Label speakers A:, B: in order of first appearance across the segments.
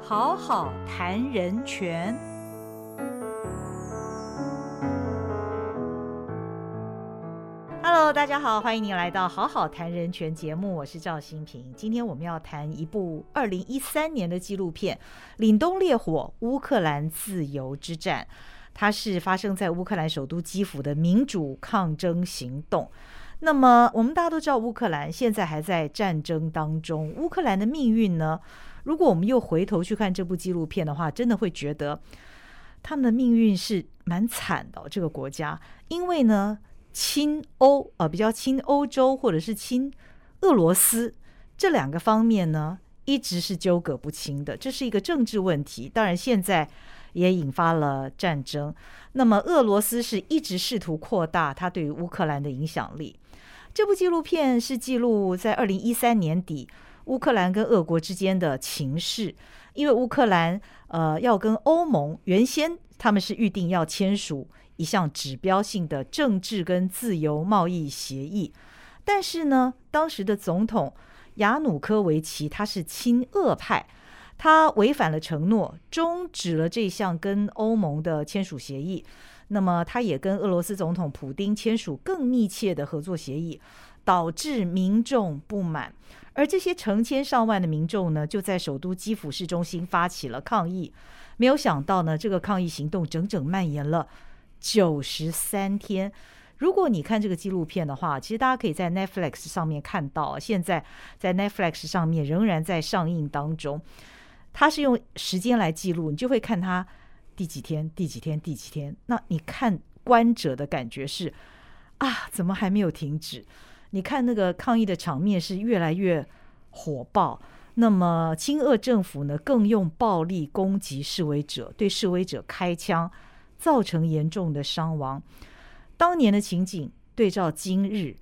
A: 好好谈人权。Hello，大家好，欢迎您来到《好好谈人权》节目，我是赵新平。今天我们要谈一部二零一三年的纪录片《凛冬烈火：乌克兰自由之战》，它是发生在乌克兰首都基辅的民主抗争行动。那么，我们大家都知道，乌克兰现在还在战争当中。乌克兰的命运呢？如果我们又回头去看这部纪录片的话，真的会觉得嗯他们的命运是蛮惨的、哦。这个国家，因为呢，亲欧呃，比较亲欧洲或者是亲俄罗斯这两个方面呢，一直是纠葛不清的。这是一个政治问题，当然现在。也引发了战争。那么，俄罗斯是一直试图扩大它对于乌克兰的影响力。这部纪录片是记录在二零一三年底乌克兰跟俄国之间的情势，因为乌克兰呃要跟欧盟原先他们是预定要签署一项指标性的政治跟自由贸易协议，但是呢，当时的总统亚努科维奇他是亲俄派。他违反了承诺，终止了这项跟欧盟的签署协议。那么，他也跟俄罗斯总统普京签署更密切的合作协议，导致民众不满。而这些成千上万的民众呢，就在首都基辅市中心发起了抗议。没有想到呢，这个抗议行动整整蔓延了九十三天。如果你看这个纪录片的话，其实大家可以在 Netflix 上面看到，啊现在在 Netflix 上面仍然在上映当中。它是用时间来记录，你就会看它第几天、第几天、第几天。那你看观者的感觉是啊，怎么还没有停止？你看那个抗议的场面是越来越火爆。那么亲俄政府呢，更用暴力攻击示威者，对示威者开枪，造成严重的伤亡。当年的情景对照今日。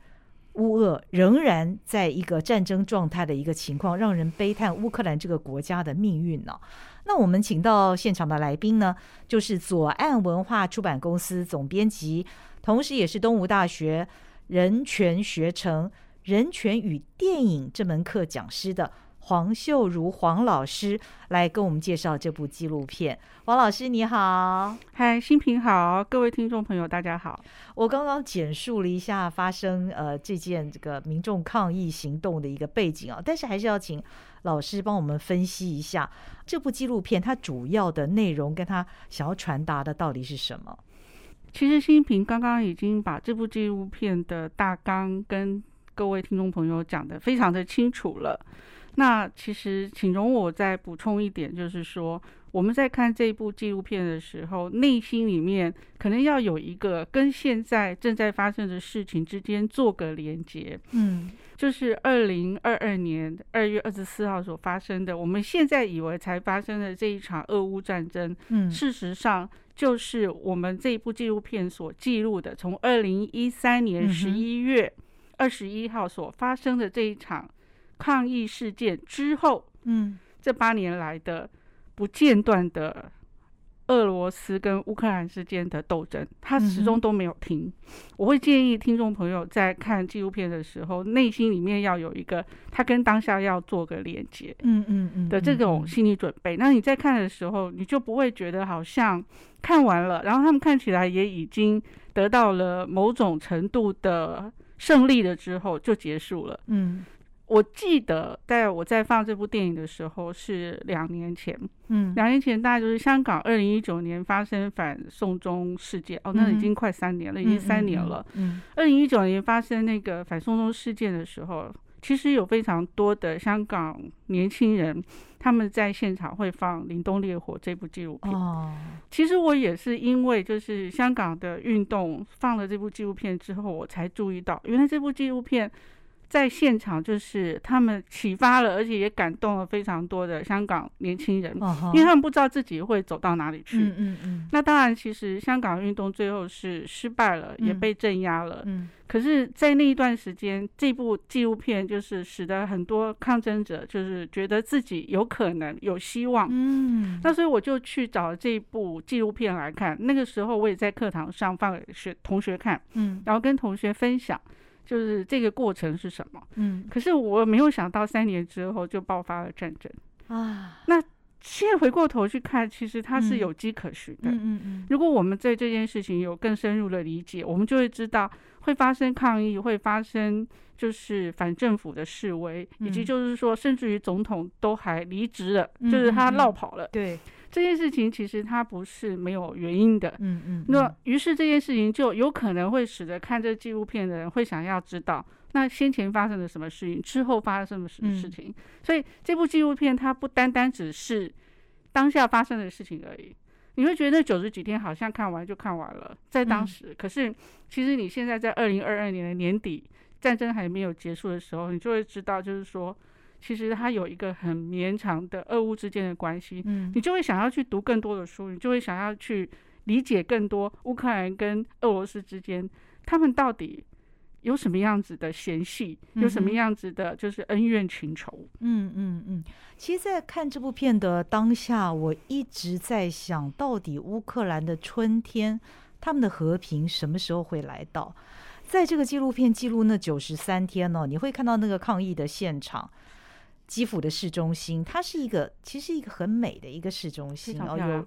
A: 乌俄仍然在一个战争状态的一个情况，让人悲叹乌克兰这个国家的命运呢、啊。那我们请到现场的来宾呢，就是左岸文化出版公司总编辑，同时也是东吴大学人权学程“人权与电影”这门课讲师的黄秀如黄老师，来跟我们介绍这部纪录片。黄老师你好，
B: 嗨，新平好，各位听众朋友大家好。
A: 我刚刚简述了一下发生呃这件这个民众抗议行动的一个背景啊，但是还是要请老师帮我们分析一下这部纪录片它主要的内容跟它想要传达的到底是什么。
B: 其实新平刚刚已经把这部纪录片的大纲跟各位听众朋友讲的非常的清楚了。那其实，请容我再补充一点，就是说，我们在看这部纪录片的时候，内心里面可能要有一个跟现在正在发生的事情之间做个连接，
A: 嗯
B: 就是二零二二年二月二十四号所发生的，我们现在以为才发生的这一场俄乌战争，
A: 嗯
B: 事实上就是我们这一部纪录片所记录的，从二零一三
A: 嗯
B: 年
A: 哼
B: 十一月二十一号所发生的这一场抗议事件之后，
A: 嗯
B: 这八年来的不间断的俄罗斯跟乌克兰之间的斗争，它始
A: 嗯哼
B: 终都没有停。我会建议听众朋友在看纪录片的时候，内心里面要有一个它跟当下要做个连接
A: 嗯嗯嗯
B: 的这种心理准备。那你在看的时候，你就不会觉得好像看完了，然后他们看起来也已经得到了某种程度的胜利了之后就结束了。
A: 嗯
B: 我记得在我在放这部电影的时候是两年前，
A: 嗯
B: 两年前大概就是香港二零一九年发生反送中事件，哦，
A: 嗯
B: 那
A: 哼
B: 已经快三年了，已经三年了。，
A: 嗯
B: 二零一九年发生那个反送中事件的时候，其实有非常多的香港年轻人，他们在现场会放《凛冬烈火》这部纪录片。
A: 哦
B: 其实我也是因为就是香港的运动放了这部纪录片之后，我才注意到，原来这部纪录片在现场就是他们启发了，而且也感动了非常多的香港年轻人，
A: 哦，
B: 因为他们不知道自己会走到哪里去。
A: 嗯嗯嗯
B: 那当然，其实香港运动最后是失败了，也
A: 嗯
B: 被镇压了。
A: 嗯
B: 可是，在那一段时间，这部纪录片就是使得很多抗争者就是觉得自己有可能、有希望。
A: 嗯
B: 那所以我就去找这部纪录片来看。那个时候我也在课堂上放给学同学看，
A: 嗯
B: 然后跟同学分享，就是这个过程是什么。
A: 嗯
B: 可是我没有想到，三年之后就爆发了战争。
A: 啊，
B: 现在回过头去看，其实它是
A: 嗯
B: 有迹可循的。
A: 嗯嗯嗯，
B: 如果我们对这件事情有更深入的理解，我们就会知道会发生抗议，会发生就是反政府的示威，以及
A: 嗯
B: 就是说，甚至于总统都还离职了，
A: 嗯
B: 就是他
A: 嗯嗯
B: 落跑了。
A: 对，
B: 这件事情其实它不是没有原因的。
A: 嗯嗯，
B: 那于是这件事情就有可能会使得看这纪录片的人会想要知道，那先前发生了什么事情，之后发生了什么事
A: 嗯
B: 情。所以这部纪录片它不单单只是当下发生的事情而已。你会觉得九十几天好像看完就看完了，在当
A: 嗯
B: 时，可是其实你现在在二零二二年的年底，战争还没有结束的时候，你就会知道，就是说，其实它有一个很绵长的俄乌之间的关系，
A: 嗯
B: 你就会想要去读更多的书，你就会想要去理解更多乌克兰跟俄罗斯之间他们到底有什么样子的嫌隙，有什
A: 嗯
B: 么
A: 哼
B: 样子的就是恩怨情仇。
A: 嗯嗯嗯，其实，在看这部片的当下，我一直在想，到底乌克兰的春天，他们的和平什么时候会来到？在这个纪录片记录那九十三天哦呢、你会看到那个抗议的现场。基辅的市中心，它是一个其实一个很美的一个市中心
B: 常
A: 哦，
B: 漂
A: 有
B: 亮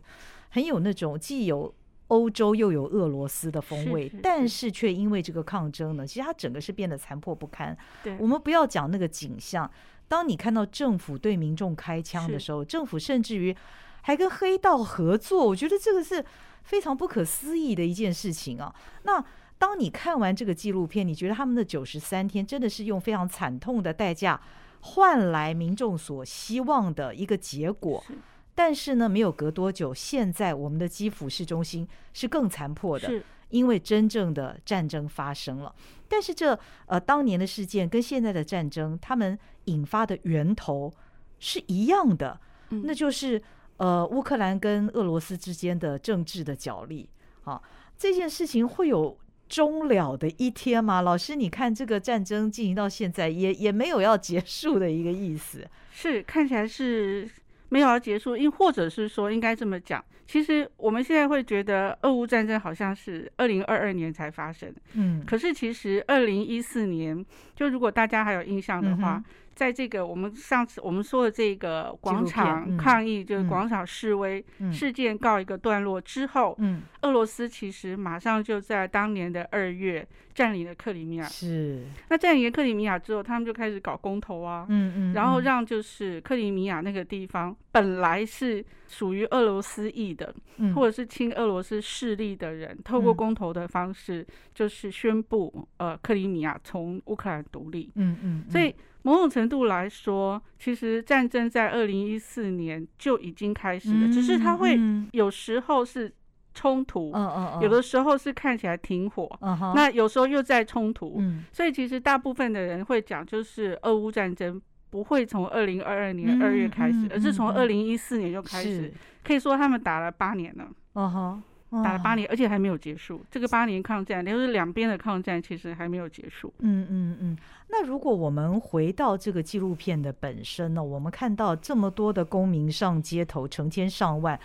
A: 很有那种既有欧洲又有俄罗斯的风
B: 是
A: 味，
B: 是
A: 但
B: 是
A: 是却因为这个抗争呢，其实它整个是变得残破不堪。
B: 对
A: 我们不要讲那个景象，当你看到政府对民众开枪的
B: 是
A: 时候，政府甚至于还跟黑道合作，我觉得这个是非常不可思议的一件事情啊。那当你看完这个纪录片，你觉得他们的九十三天真的是用非常惨痛的代价换来民众所希望的一个结果。
B: 是
A: 但是呢，没有隔多久，现在我们的基辅市中心是更残破的，
B: 是
A: 因为真正的战争发生了。但是这呃当年的事件跟现在的战争，他们引发的源头是一样的，
B: 嗯
A: 那就是呃乌克兰跟俄罗斯之间的政治的角力啊。这件事情会有终了的一天吗？老师，你看这个战争进行到现在，也也没有要结束的一个意思。
B: 是看起来是没有要结束，因或者是说应该这么讲，其实我们现在会觉得俄乌战争好像是二零二二年才发生，
A: 嗯，
B: 可是其实二零一四年，就如果大家还有印象的话，
A: 嗯哼
B: 在这个我们上次我们说的这个广
A: 纪录片
B: 场
A: 嗯
B: 抗议，就是
A: 嗯
B: 广场示威、
A: 嗯
B: 事件告一个段落之后，
A: 嗯，
B: 俄罗斯其实马上就在当年的二月占领了克里米亚。
A: 是，
B: 那占领了克里米亚之后，他们就开始搞公投啊。
A: 嗯嗯，
B: 然后
A: 嗯
B: 让就是克里米亚那个地方本来是属于俄罗斯裔的，
A: 嗯
B: 或者是亲俄罗斯势力的人，透过
A: 嗯
B: 公投的方式，就是宣布呃克里米亚从乌克兰独立。
A: 嗯嗯，
B: 所以某种程度来说，其实战争在二零一四年就已经开始了，只是它会
A: 嗯
B: 有时候是冲突，
A: 嗯嗯，
B: 有的时候是看起来停火，
A: 嗯哼，
B: 那有时候又在冲突。
A: 嗯
B: 所以其实大部分的人会讲，就是俄乌战争。不会从二零二二年
A: 嗯
B: 二月开始，
A: 嗯
B: 而是从
A: 嗯
B: 二
A: 嗯
B: 零一四年就开始
A: 是，，
B: 可以说他们打了八年了。
A: 嗯哼，
B: 打了八
A: 年，
B: 年，而且还没有结束。这个八年抗战，就是两边的抗战，其实还没有结束。
A: 嗯嗯嗯。那如果我们回到这个纪录片的本身呢，我们看到这么多的公民上街头，成千上万。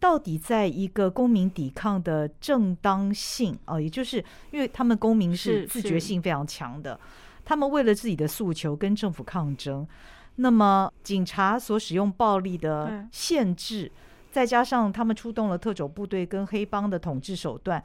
A: 到底在一个公民抵抗的正当性啊、也就是因为他们公民是
B: 是
A: 自
B: 是
A: 觉性非常强的，他们为了自己的诉求跟政府抗争，那么警察所使用暴力的
B: 对
A: 限制，再加上他们出动了特种部队跟黑帮的统治手段，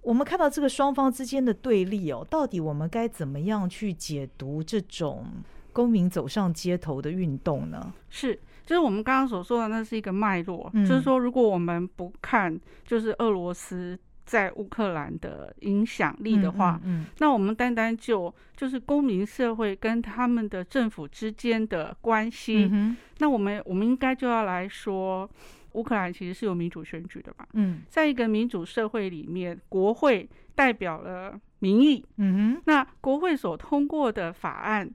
A: 我们看到这个双方之间的对立哦，到底我们该怎么样去解读这种公民走上街头的运动呢？
B: 是，就是我们刚刚所说的，那是一个脉络。
A: 嗯
B: 就是说，如果我们不看，就是俄罗斯在乌克兰的影响力的话，
A: 嗯，
B: 那我们单单就就是公民社会跟他们的政府之间的关系，
A: 嗯嗯
B: 那我们我们应该就要来说，乌克兰其实是有民主选举的吧？
A: 嗯
B: 在一个民主社会里面，国会代表了民意，
A: 嗯
B: 那国会所通过的法案，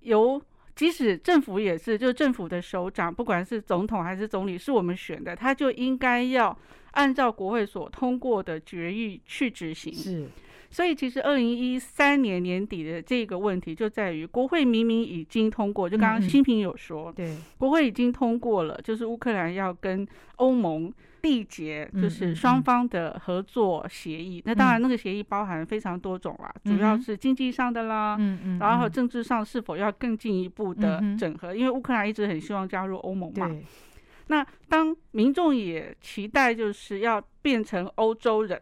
B: 由即使政府也是，就是政府的首长，不管是总统还是总理，是我们选的，他就应该要按照国会所通过的决议去执
A: 哼，
B: 行。
A: 是，
B: 所以，其实二零一三年年底的这个问题就在于，国会明明已经通过，就
A: 嗯
B: 刚
A: 嗯
B: 刚新平有说，
A: 对，
B: 国会已经通过了，就是乌克兰要跟欧盟缔结，
A: 嗯
B: 就
A: 嗯
B: 是双方的合作协议。那当然，那个协议包含非常多种啦，
A: 嗯
B: 主要是经济上的啦，
A: 嗯嗯
B: 然后还有
A: 嗯
B: 政治上是否要更进一步的
A: 嗯哼嗯
B: 整合，因为乌克兰一直很希望加入欧盟嘛。
A: 对，
B: 那当民众也期待就是要变成欧洲人，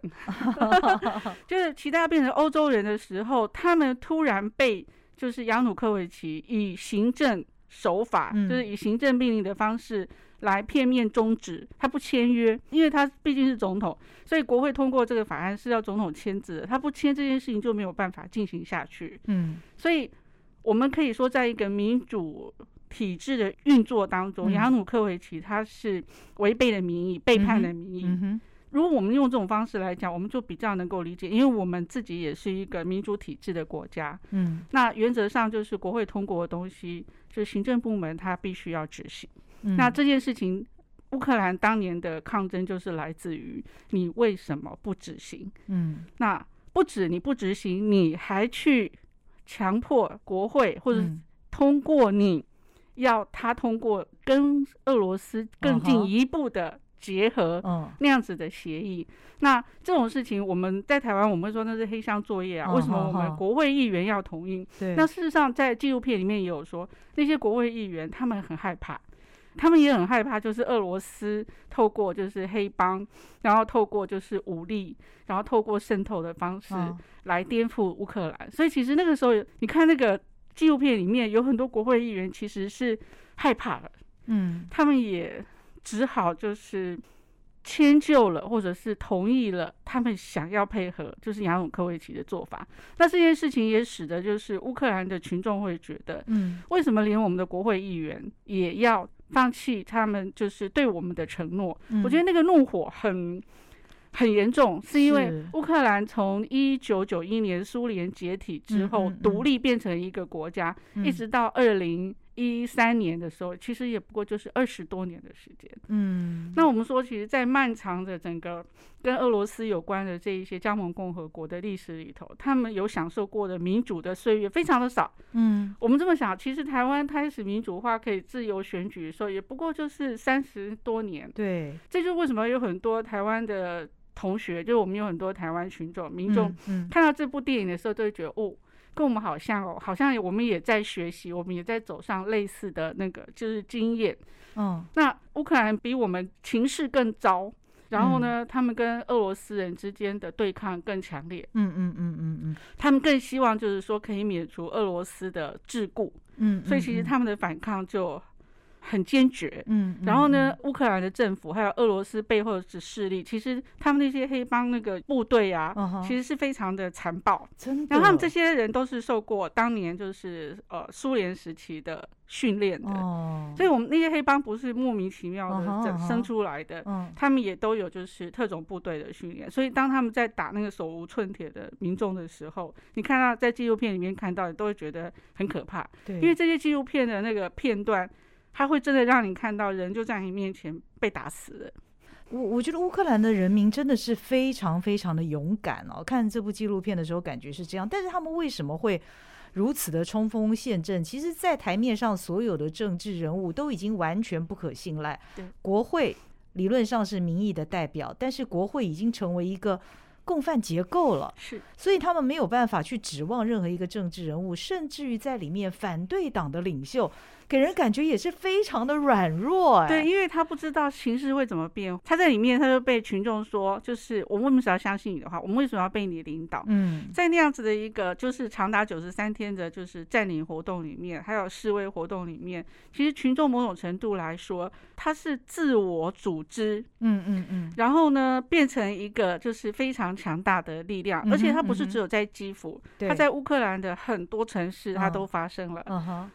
B: 就是期待要变成欧洲人的时候，他们突然被就是扬努科维奇以行政手法，
A: 嗯
B: 就是以行政命令的方式来片面终止，他不签约，因为他毕竟是总统，所以国会通过这个法案是要总统签字的，他不签这件事情就没有办法进行下去。
A: 嗯，
B: 所以我们可以说，在一个民主体制的运作当中，
A: 嗯
B: 亚努科维奇他是违背了民意、背叛了民意。
A: 嗯哼，
B: 如果我们用这种方式来讲，我们就比较能够理解，因为我们自己也是一个民主体制的国家。
A: 嗯
B: 那原则上就是国会通过的东西，就是行政部门它必须要执行。
A: 嗯，
B: 那这件事情。乌克兰当年的抗争就是来自于你为什么不执行？
A: 嗯
B: 那不止你不执行，你还去强迫国会或者是
A: 嗯
B: 通过你要他通过跟俄罗斯更
A: 嗯
B: 进
A: 哼
B: 一步的结合
A: 嗯
B: 那样子的协议。那这种事情我们在台湾我们会说那是黑箱作业啊，
A: 嗯
B: 为什么
A: 哼
B: 我们
A: 哼
B: 国会议员要同意？
A: 对，
B: 那事实上在纪录片里面也有说，那些国会议员他们很害怕。他们也很害怕，就是俄罗斯透过就是黑帮，然后透过就是武力，然后透过渗透的方式，
A: 嗯
B: 来颠覆乌克兰。所以其实那个时候，你看那个纪录片里面有很多国会议员其实是害怕了，
A: 嗯
B: 他们也只好就是迁就了，或者是同意了他们想要配合，就是亚努科维奇的做法。那这件事情也使得就是乌克兰的群众会觉得，
A: 嗯
B: 为什么连我们的国会议员也要放弃他们就是对我们的承诺？
A: 嗯，
B: 我觉得那个怒火很很严重，是因为
A: 是
B: 乌克兰从一九九一年苏联解体之
A: 嗯
B: 后
A: 嗯
B: 独
A: 嗯
B: 立变成一个国家，
A: 嗯
B: 一直到二零一三年的时候，其实也不过就是二十多年的时间。
A: 嗯
B: 那我们说，其实，在漫长的整个跟俄罗斯有关的这一些加盟共和国的历史里头，他们有享受过的民主的岁月非常的少。
A: 嗯
B: 我们这么想，其实台湾开始民主化可以自由选举的时候，也不过就是三十多年。
A: 对，
B: 这就是为什么有很多台湾的同学，就是我们有很多台湾群众、民众、
A: 嗯
B: 看到这部电影的时候，都会觉得哦，跟我们好像哦，好像我们也在学习，我们也在走上类似的那个就是经验。
A: 嗯
B: 那乌克兰比我们情势更糟，然后
A: 嗯
B: 呢，他们跟俄罗斯人之间的对抗更强烈，
A: 嗯嗯嗯嗯
B: 他们更希望就是说可以免除俄罗斯的桎梏，
A: 嗯，
B: 所以其实他们的反抗就很坚决。
A: 嗯，
B: 然后呢，乌克兰的政府还有俄罗斯背后的势力，其实他们那些黑帮那个部队啊，
A: 嗯哼
B: 其实是非常的残暴。
A: 真的，
B: 然后他们这些人都是受过当年就是呃苏联时期的训练的，
A: 哦，
B: 所以我们那些黑帮不是莫名其妙
A: 嗯
B: 的
A: 哼嗯
B: 整
A: 哼
B: 生出来的。
A: 嗯
B: 他们也都有就是特种部队的训练，所以当他们在打那个手无寸铁的民众的时候，你看到在纪录片里面看到，你都会觉得很可怕。
A: 对，
B: 因为这些纪录片的那个片段，它会真的让你看到人就在你面前被打死了。
A: 我我觉得乌克兰的人民真的是非常非常的勇敢哦。看这部纪录片的时候，感觉是这样。但是他们为什么会如此的冲锋陷阵？其实，在台面上所有的政治人物都已经完全不可信赖
B: 对。
A: 国会理论上是民意的代表，但是国会已经成为一个共犯结构了。
B: 是，
A: 所以他们没有办法去指望任何一个政治人物，甚至于在里面反对党的领袖，给人感觉也是非常的软弱、哎，
B: 对，，因为他不知道形势会怎么变，他在里面他就被群众说，就是我们为什么要相信你的话，我们为什么要被你领导？
A: 嗯
B: 在那样子的一个就是长达九十三天的，就是占领活动里面，还有示威活动里面，其实群众某种程度来说，他是自我组织，
A: 嗯嗯嗯，
B: 然后呢变成一个就是非常强大的力量，而且
A: 嗯哼
B: 它不
A: 嗯
B: 是
A: 哼
B: 只有在基辅，
A: 对，
B: 它在乌克兰的很多城市它
A: 嗯
B: 都发生了。
A: 嗯哼，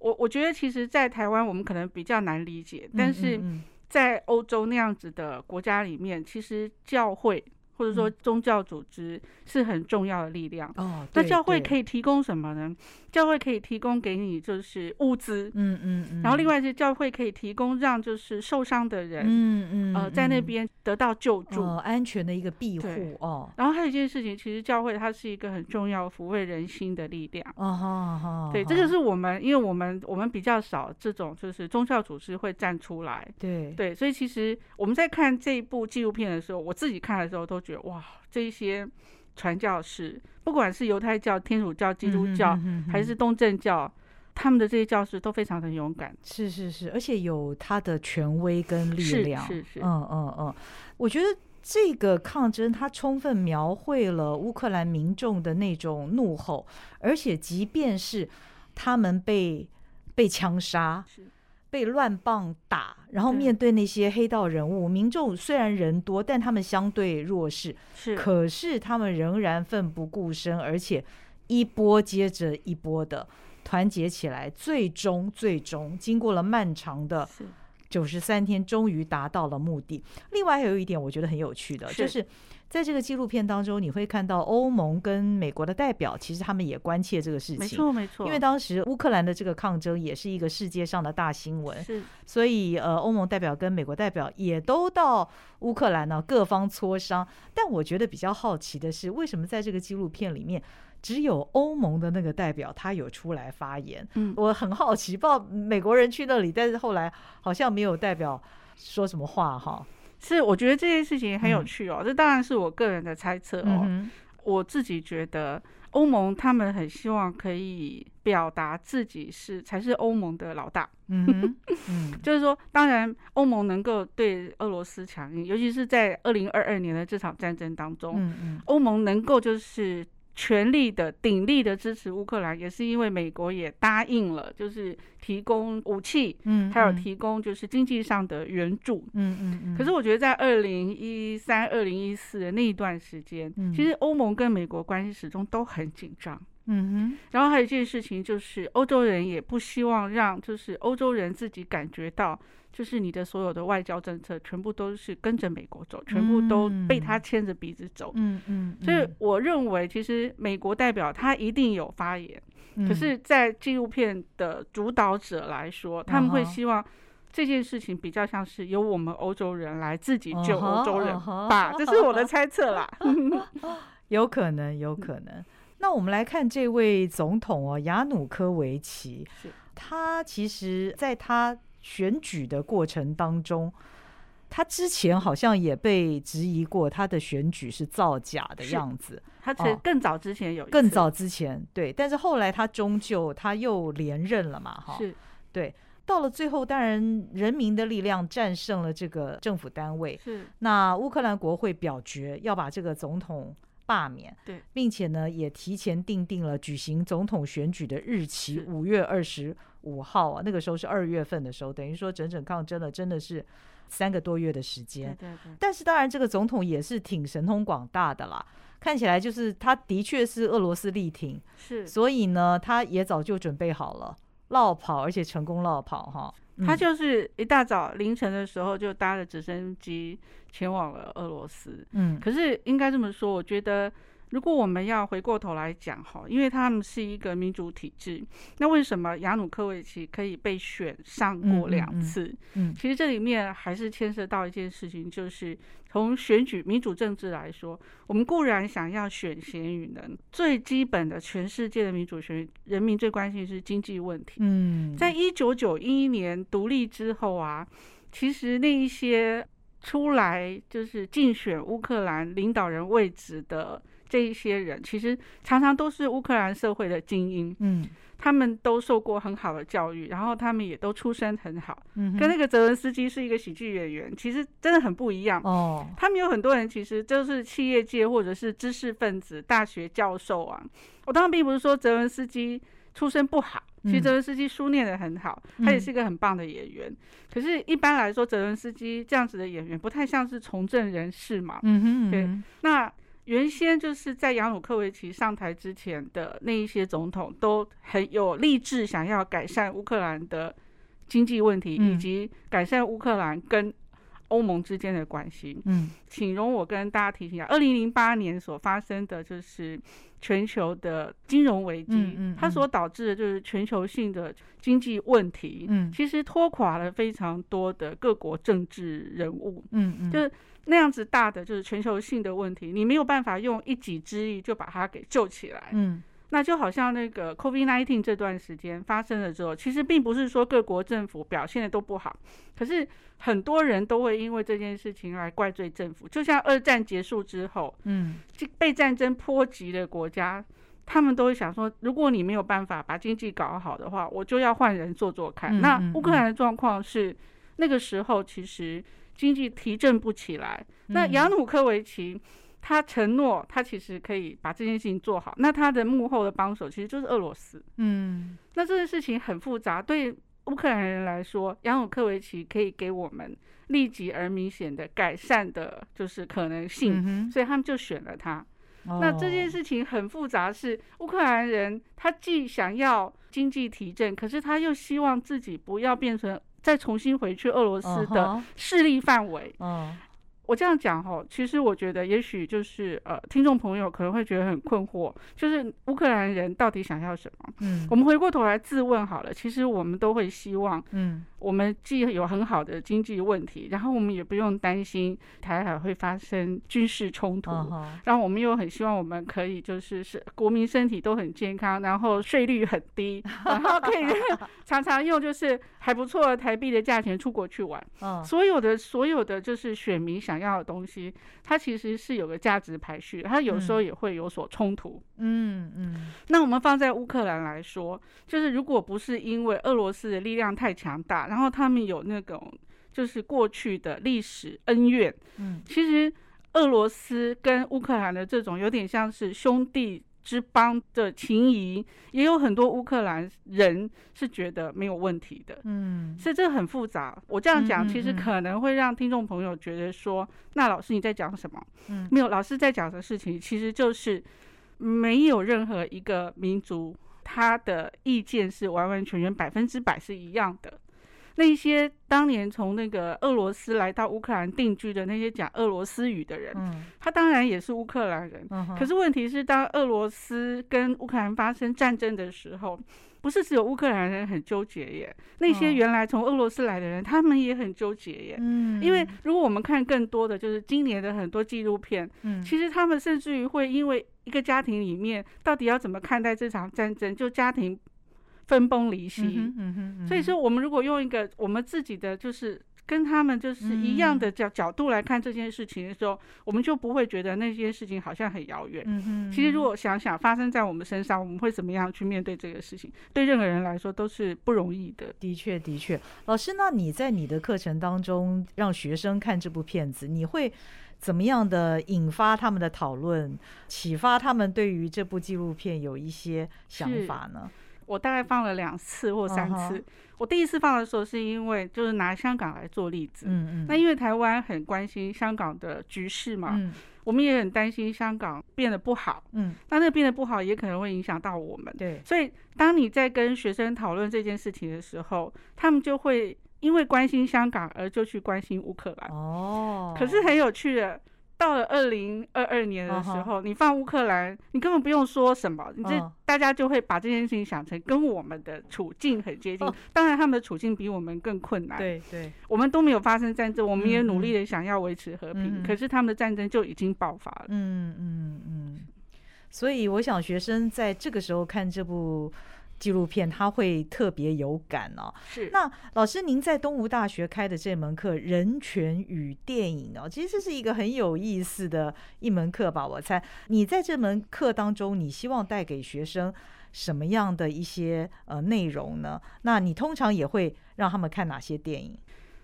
B: 我我觉得其实，在台湾我们可能比较难理解，但是
A: 嗯
B: 在欧洲那样子的国家里面，其实教会或者说
A: 嗯
B: 宗教组织是很重要的力量。
A: 嗯嗯哦，
B: 那教会可
A: 以，
B: 以提供什么呢？教会可以提供给你就是物资，
A: 嗯嗯嗯，
B: 然后另
A: 外，
B: 外是教会可以提供让就是受伤的人
A: 嗯嗯，
B: 呃在那
A: 嗯
B: 边得到救助。
A: 呃安全的一个庇
B: 对
A: 护哦，
B: 然后还有一件事情，其实教会它是一个很重要抚慰人心的力量。
A: 哦哈哈，
B: 对，
A: 哈
B: 这个是我们，因为我们我们比较少这种，就是宗教组织会站出来。
A: 对
B: 对，所以其实我们在看这一部纪录片的时候，我自己看的时候都觉得哇，这一些传教士，不管是犹太教、天主教、基督教，
A: 嗯哼哼哼
B: 还是东正教，他们的这些教师都非常的勇敢。
A: 是是是，而且有他的权威跟力
B: 是
A: 量。
B: 是是
A: 嗯嗯嗯，我觉得这个抗争它充分描绘了乌克兰民众的那种怒吼，而且即便是他们被被枪杀
B: 是。
A: 被乱棒打，然后
B: 对
A: 面对那些黑道人物，民众虽然人多，但他们相对弱势，
B: 是，
A: 可是他们仍然奋不顾身，而且一波接着一波的团结起来，最终最终经过了漫长的
B: 是
A: 九十三天，终于达到了目的。另外还有一点我觉得很有趣的，
B: 是
A: 就是在这个纪录片当中，你会看到欧盟跟美国的代表，其实他们也关切这个事
B: 没
A: 情。
B: 错没错，
A: 因为当时乌克兰的这个抗争也是一个世界上的大新闻，
B: 是
A: 所以呃，欧盟代表跟美国代表也都到乌克兰呢、各方磋商。但我觉得比较好奇的是，为什么在这个纪录片里面，只有欧盟的那个代表他有出来发言？
B: 嗯
A: 我很好奇，不知道美国人去那里，但是后来好像没有代表说什么话哈。
B: 是，我觉得这件事情很有
A: 嗯
B: 趣哦，这当然是我个人的猜测哦。
A: 哼，
B: 我自己觉得欧盟他们很希望可以表达自己是才是欧盟的老大，
A: 嗯哼， 嗯，
B: 就是说，当然欧盟能够对俄罗斯强硬，尤其是在二零二二年的这场战争当中，
A: 嗯嗯，
B: 欧盟能够就是。全力的、鼎力的支持乌克兰，也是因为美国也答应了，就是提供武器，
A: 嗯，
B: 还有
A: 嗯，
B: 提供就是经济上的援助。
A: 嗯嗯嗯，
B: 可是我觉得在二零一三、二零一四的那一段时间，
A: 嗯
B: 其实欧盟跟美国关系始终都很紧张。
A: 嗯哼，
B: 然后还有一件事情就是，欧洲人也不希望让就是欧洲人自己感觉到，就是你的所有的外交政策全部都是跟着美国走，全部都被他牵着鼻子走。
A: 嗯嗯，
B: 所以我认为，其实美国代表他一定有发言，
A: 嗯
B: 可是，在纪录片的主导者来说，他们会
A: 嗯哼
B: 希望这件事情比较像是由我们欧洲人来自己救
A: 嗯哼
B: 欧洲人
A: 嗯哼
B: 吧，这是我的猜测啦。
A: 哦有可能，有可
B: 嗯
A: 能。那我们来看这位总统哦，亚努科维奇
B: 是，
A: 他其实在他选举的过程当中，他之前好像也被质疑过他的选举是造假的
B: 是
A: 样子，
B: 他其实
A: 哦
B: 更早之前有一
A: 更
B: 次
A: 早之前对，但是后来他终究他又连任了嘛，哈，
B: 是
A: 对，到了最后，当然人民的力量战胜了这个政府单位，
B: 是
A: 那乌克兰国会表决要把这个总统罢免，
B: 对，
A: 并且呢也提前定定了举行总统选举的日期，
B: 是
A: 五月二十五号啊，那个时候是二月份的时候，等于说整整抗争了真的是三个多月的时
B: 对
A: 间。
B: 对对。
A: 但是当然，这个总统也是挺神通广大的啦，看起来就是他的确是俄罗斯力挺，
B: 是，
A: 所以呢他也早就准备好了落跑，而且成功落跑哈。嗯
B: 他就是一大早凌晨的时候就搭了直升机前往了俄罗斯。
A: 嗯
B: 可是应该这么说，我觉得如果我们要回过头来讲哈，因为他们是一个民主体制，那为什么亚努科维奇可以被选上过
A: 嗯嗯
B: 两
A: 嗯
B: 次？
A: 嗯
B: 其实这里面还是牵涉到一件事情，就是从选举民主政治来说，我们固然想要选贤与能，最基本的全世界的民主选人民最关心是经济问题。
A: 嗯，
B: 在一九九一年独立之后啊，其实那一些出来就是竞选乌克兰领导人位置的这一些人，其实常常都是乌克兰社会的精英，
A: 嗯
B: 他们都受过很好的教育，然后他们也都出身很好，
A: 嗯哼
B: 跟那个泽伦斯基是一个喜剧演员，其实真的很不一样。
A: 哦。
B: 他们有很多人其实就是企业界或者是知识分子、大学教授啊。我当然并不是说泽伦斯基出身不好，其实
A: 嗯
B: 泽伦斯基书念得很好，
A: 嗯
B: 他也是一个很棒的演员。可是，一般来说，泽伦斯基这样子的演员不太像是从政人士嘛。
A: 嗯哼，
B: 对
A: 嗯
B: 那原先就是在亚努科维奇上台之前的那一些总统，都很有立志想要改善乌克兰的经济问题，
A: 嗯
B: 以及改善乌克兰跟欧盟之间的关系。
A: 哼
B: 请容我跟大家提醒一下，二零零八年所发生的就是全球的金融危机，
A: 嗯嗯
B: 它所导致的就是全球性的经济问题，
A: 嗯
B: 其实拖垮了非常多的各国政治人物。
A: 嗯嗯，
B: 就是那样子大的就是全球性的问题，你没有办法用一己之力就把它给救起来。
A: 嗯
B: 那就好像那个 COVID-19 这段时间发生了之后，其实并不是说各国政府表现的都不好，可是很多人都会因为这件事情来怪罪政府。就像二战结束之后，
A: 嗯
B: 这被战争波及的国家，他们都会想说，如果你没有办法把经济搞好的话，我就要换人做做看。
A: 嗯
B: 那
A: 嗯
B: 乌克兰的状况是，那个时候其实经济提振不起来。那
A: 嗯
B: 扬努科维奇他承诺，他其实可以把这件事情做好。那他的幕后的帮手其实就是俄罗斯。
A: 嗯
B: 那这件事情很复杂，对乌克兰人来说，扬努科维奇可以给我们立即而明显的改善的，就是可能性，
A: 嗯
B: 所以他们就选了他。
A: 哼，
B: 那这件
A: 哦
B: 事情很复杂是，乌克兰人他既想要经济提振，可是他又希望自己不要变成再重新回去俄罗斯的，势力范围。
A: 嗯哼
B: 我这样讲哈，其实我觉得也许就是呃，听众朋友可能会觉得很困惑，就是乌克兰人到底想要什么？
A: 嗯
B: 我们回过头来自问好了，其实我们都会希望
A: 嗯
B: 我们既有很好的经济问题，然后我们也不用担心台海会发生军事冲突。
A: 嗯哼
B: 然后我们又很希望我们可以就是是国民身体都很健康，然后税率很低，然后可以常常用就是还不错的台币的价钱出国去玩。
A: 嗯
B: 所有的所有的就是选民想要的东西，它其实是有个价值排序，它有时候也会有所冲突。
A: 嗯嗯
B: 那我们放在乌克兰来说，就是如果不是因为俄罗斯的力量太强大，然后他们有那种就是过去的历史恩怨，
A: 嗯
B: 其实俄罗斯跟乌克兰的这种有点像是兄弟之邦的情谊，也有很多乌克兰人是觉得没有问题的。
A: 嗯
B: 是这很复杂，我这样讲
A: 嗯嗯
B: 其实
A: 嗯
B: 可能会让听众朋友觉得说，那老师你在讲什么？
A: 嗯
B: 没有，老师在讲的事情其实就是没有任何一个民族他的意见是完完全全百分之百是一样的。那些当年从那个俄罗斯来到乌克兰定居的那些讲俄罗斯语的人，
A: 嗯
B: 他当然也是乌克兰人，
A: 嗯哼，
B: 可是问题是，当俄罗斯跟乌克兰发生战争的时候，不是只有乌克兰人很纠结耶，那些
A: 嗯
B: 原来从俄罗斯来的人，他们也很纠结耶。
A: 嗯，
B: 因为如果我们看更多的就是今年的很多纪录片，
A: 嗯
B: 其实他们甚至于会因为一个家庭里面到底要怎么看待这场战争，就家庭分崩离析。
A: 嗯哼嗯哼，
B: 所以说，我们如果用一个我们自己的，就是跟他们就是一样的
A: 嗯
B: 角角度来看这件事情的时候，我们就不会觉得那件事情好像很遥远。
A: 嗯哼，
B: 其实，如果想想发生在我们身上，我们会怎么样去面对这个事情？对任何人来说都是不容易的。
A: 的确，的确，老师，那你在你的课程当中让学生看这部片子，你会怎么样的引发他们的讨论，启发他们对于这部纪录片有一些想
B: 是
A: 法呢？
B: 我大概放了两次或三
A: 嗯
B: 次。
A: 哼
B: 我第一次放的时候，是因为就是拿香港来做例子。
A: 嗯嗯，
B: 那因为台湾很关心香港的局势嘛，
A: 嗯
B: 我们也很担心香港变得不好。
A: 嗯，
B: 那那个变得不好，也可能会影响到我们。
A: 对，
B: 所以，当你在跟学生讨论这件事情的时候，他们就会因为关心香港而就去关心乌克兰。
A: 哦，
B: 可是很有趣的，到了二零二二年的时
A: 嗯
B: 候，你放乌克兰，你根本不用说什么，你这
A: 嗯
B: 大家就会把这件事情想成跟我们的处境很接近
A: 哦。
B: 当然，他们的处境比我们更困难，
A: 对对，
B: 我们都没有发生战争，我们也
A: 嗯
B: 努力的想要维持和
A: 嗯
B: 平，可是他们的战争就已经爆发了。
A: 嗯嗯嗯，所以我想学生在这个时候看这部纪录片，他会特别有感哦。
B: 是
A: 那老师，您在东吴大学开的这门课《人权与电影》哦，其实这是一个很有意思的一门课吧？我猜你在这门课当中，你希望带给学生什么样的一些呃内容呢？那你通常也会让他们看哪些电影？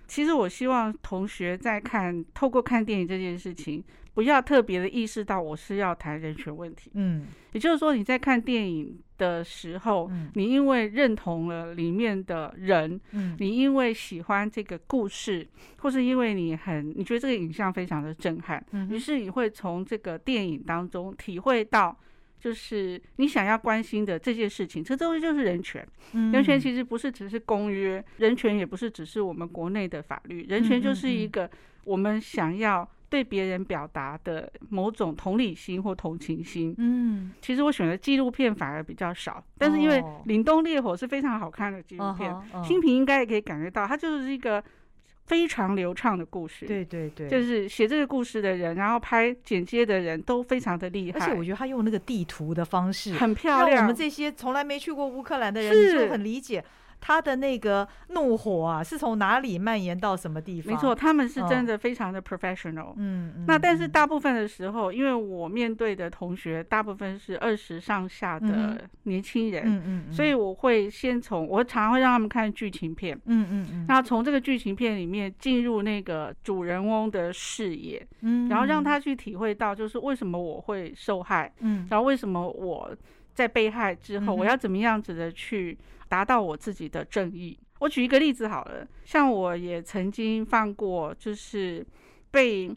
B: 其实我希望同学在看透过看电影这件事情，不要特别的意识到我是要谈人权问题。
A: 嗯
B: 也就是说，你在看电影的时候，
A: 嗯
B: 你因为认同了里面的人，
A: 嗯
B: 你因为喜欢这个故事，或是因为你很你觉得这个影像非常的震撼，
A: 嗯
B: 于
A: 哼
B: 是你会从这个电影当中体会到。就是你想要关心的这件事情，这东西就是人权。
A: 嗯
B: 人权其实不是只是公约，人权也不是只是我们国内的法
A: 嗯
B: 律，人权就是一个我们想要对别人表达的某种同理心或同情心。
A: 嗯
B: 其实我选的纪录片反而比较少，但是因为
A: 哦
B: 《凛冬烈火》是非常好看的纪录
A: 嗯
B: 片，
A: 哼嗯
B: 新平应该也可以感觉到，它就是一个非常流畅的故事。，
A: 对对对，
B: 就是写这个故事的人，然后拍剪接的人都非常的厉害，
A: 而且我觉得他用那个地图的方式，
B: 很漂
A: 让我
B: 亮
A: 们。这些从来没去过乌克兰的人
B: 是
A: 就很理解他的那个怒火啊，是从哪里蔓延到什么地方？
B: 没错，，他们是真
A: 嗯
B: 的非常的 professional。
A: 嗯，嗯
B: 那但是
A: 嗯
B: 大部分的时候，因为我面对的同学大部分是二十上下
A: 嗯哼
B: 的年轻人，
A: 嗯嗯，嗯
B: 所以我会先从我常会让他们看剧情片，
A: 嗯嗯嗯，
B: 那从这个剧情片里面进入那个主人翁的视野，
A: 嗯
B: 然后让他去体会到，就是为什么我会受害，
A: 嗯
B: 然后为什么我在被害之后，
A: 嗯哼
B: 我要怎么样子的去达到我自己的正义？我举一个例子好了，像我也曾经犯过，就是被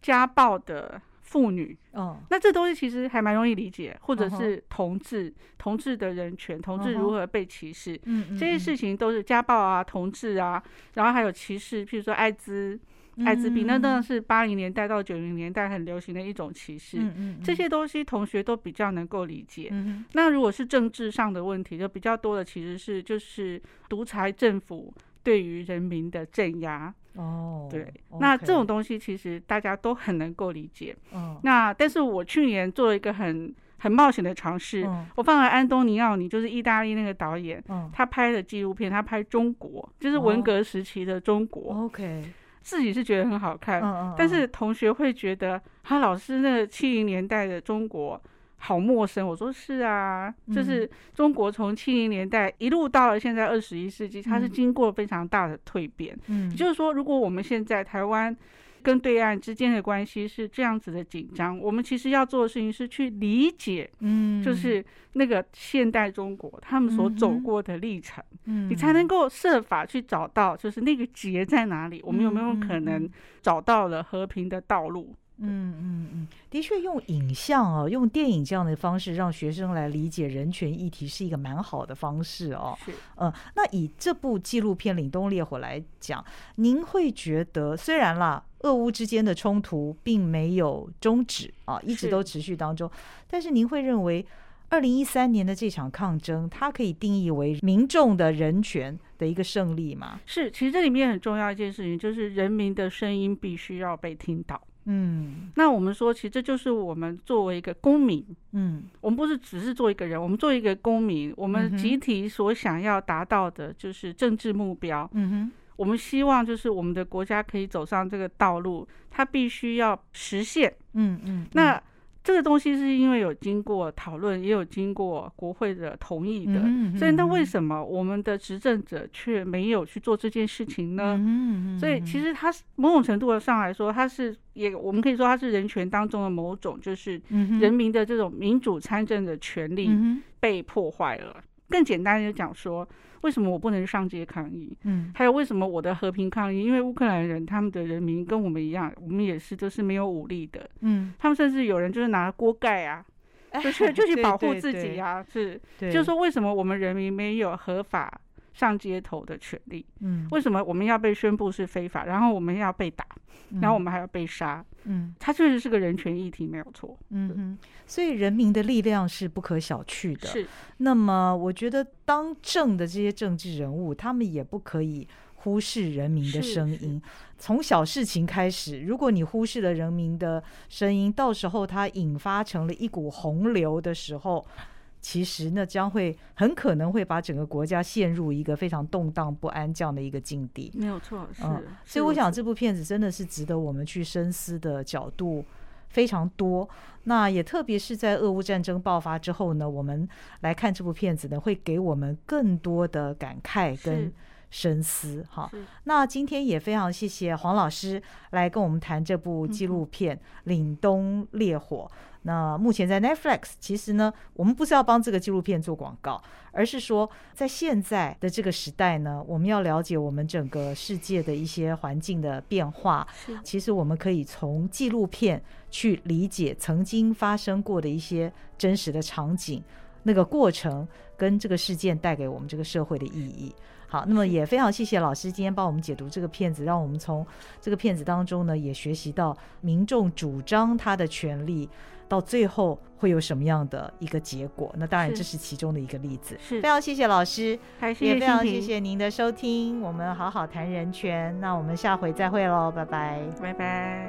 B: 家暴的妇女。
A: 哦
B: 那这东西其实还蛮容易理解，或者
A: 嗯哼
B: 是同志、同志的人权，同志
A: 嗯哼
B: 如何被歧视，
A: 嗯嗯
B: 这些事情都是家暴啊、同志啊，然后还有歧视，譬如说艾滋、艾滋病，那当然
A: 嗯
B: 是八零年代到九零年代很流行的一种歧视。
A: 嗯嗯
B: 这些东西同学都比较能够理解。
A: 嗯
B: 那如果是政治上的问题，就比较多的其实是就是独裁政府对于人民的镇
A: 哼
B: 压。
A: 哦
B: 对，那这种
A: OK，
B: 东西其实大家都很能够理解。
A: 嗯
B: 那但是我去年做了一个很很冒险的尝试，
A: 嗯
B: 我放了安东尼奥尼，就是意大利那个导演。
A: 嗯
B: 他拍的纪录片，他拍中国，就是文
A: 哦
B: 革时期的中国，
A: ，OK，
B: 自己是觉得很好看，
A: 嗯嗯，嗯
B: 但是同学会觉得，他老师那个七零年代的中国好陌生。我说是啊，
A: 嗯
B: 就是中国从七零年代一路到了现在二十一世纪，它是
A: 嗯
B: 经过非常大的蜕变。
A: 嗯
B: 也就是说，如果我们现在台湾跟对岸之间的关系是这样子的紧张，我们其实要做的事情是去理解，
A: 嗯
B: 就是那个现代中国他们所走
A: 嗯哼
B: 过的历程。
A: 你
B: 你
A: 嗯
B: 才能够设法去找到，就是那个结在哪里。我们有没有
A: 嗯嗯
B: 可能
A: 嗯
B: 找到了和平的道路？
A: 嗯嗯嗯，的确，用影像哦，用电影这样的方式让学生来理解人权议题是一个蛮好的方式哦。
B: 是
A: 呃，那以这部纪录片《凛冬烈火》来讲，您会觉得虽然啦，俄乌之间的冲突并没有终止啊，一直
B: 是
A: 都持续当中，但是您会认为，二零一三年的这场抗争，它可以定义为民众的人权的一个胜利吗？
B: 是，其实这里面很重要一件事情，就是人民的声音必须要被听到。
A: 嗯
B: 那我们说，其实这就是我们作为一个公民，
A: 嗯
B: 我们不是只是做一个人，我们做一个公民，我
A: 嗯
B: 们
A: 哼
B: 集体所想要达到的就是政治目标。
A: 嗯
B: 我们希望就是我们的国家可以走上这个道路，它必须要实现。
A: 哼嗯嗯，
B: 那这个东西是因为有经过讨论，也有经过国会的同意的，
A: 嗯哼
B: 所以那
A: 嗯
B: 为
A: 哼
B: 什么我们的执政者却没有去做这件事情呢？
A: 嗯
B: 所以其
A: 实
B: 实它是某种程度上来说，它是也我们可以说它是人权当中的某种，就是人民的这种民主参政的权利
A: 嗯
B: 被破坏了。更简单的讲说，为什么我不能上街抗议？
A: 嗯
B: 还有为什么我的和平抗议？因为乌克兰人他们的人民跟我们一样，我们也是都是没有武力的，
A: 嗯，
B: 他们甚至有人就是拿锅盖 啊，就去就去保护自己
A: 呀。
B: 啊，是，
A: 对，
B: 就是说为什么我们人民没有合法上街头的权利？
A: 嗯，
B: 为什么我们要被宣布是非法，然后我们要被打，
A: 嗯，
B: 然后我们还要被杀？
A: 嗯
B: 它确实是个人权议题，没有错，
A: 嗯哼，所以人民的力量是不可小觑的。
B: 是
A: 那么，我觉得当政的这些政治人物，他们也不可以忽视人民的
B: 是
A: 声
B: 是
A: 音。从小事情开始，如果你忽视了人民的声音，到时候它引发成了一股洪流的时候。其实那将会很可能会把整个国家陷入一个非常动荡不安这样的一个境地。
B: 没有错，是
A: 嗯。所以我想，这部片子真的是值得我们去深思的角度非常多。那也特别是在俄乌战争爆发之后呢，我们来看这部片子呢，会给我们更多的感慨跟
B: 是
A: 深思哈。
B: 是
A: 那今天也非常谢谢黄老师来跟我们谈这部纪录片《凛冬烈火》。那目前在 Netflix，其实呢，我们不是要帮这个纪录片做广告，而是说在现在的这个时代呢，我们要了解我们整个世界的一些环境的变化。
B: 是
A: 其实我们可以从纪录片去理解曾经发生过的一些真实的场景，那个过程跟这个事件带给我们这个社会的意义。好，那么也非常谢谢老师今天帮我们解读这个片子，让我们从这个片子当中呢，也学习到民众主张他的权利，到最后会有什么样的一个结果。那当然，
B: 是
A: 这是其中的一个例子。
B: 是
A: 非常谢谢老师，
B: 还谢
A: 也非
B: 谢心
A: 常谢
B: 平，
A: 谢您的收听，我们好好谈人权。那我们下回再会喽，拜拜。
B: 拜拜。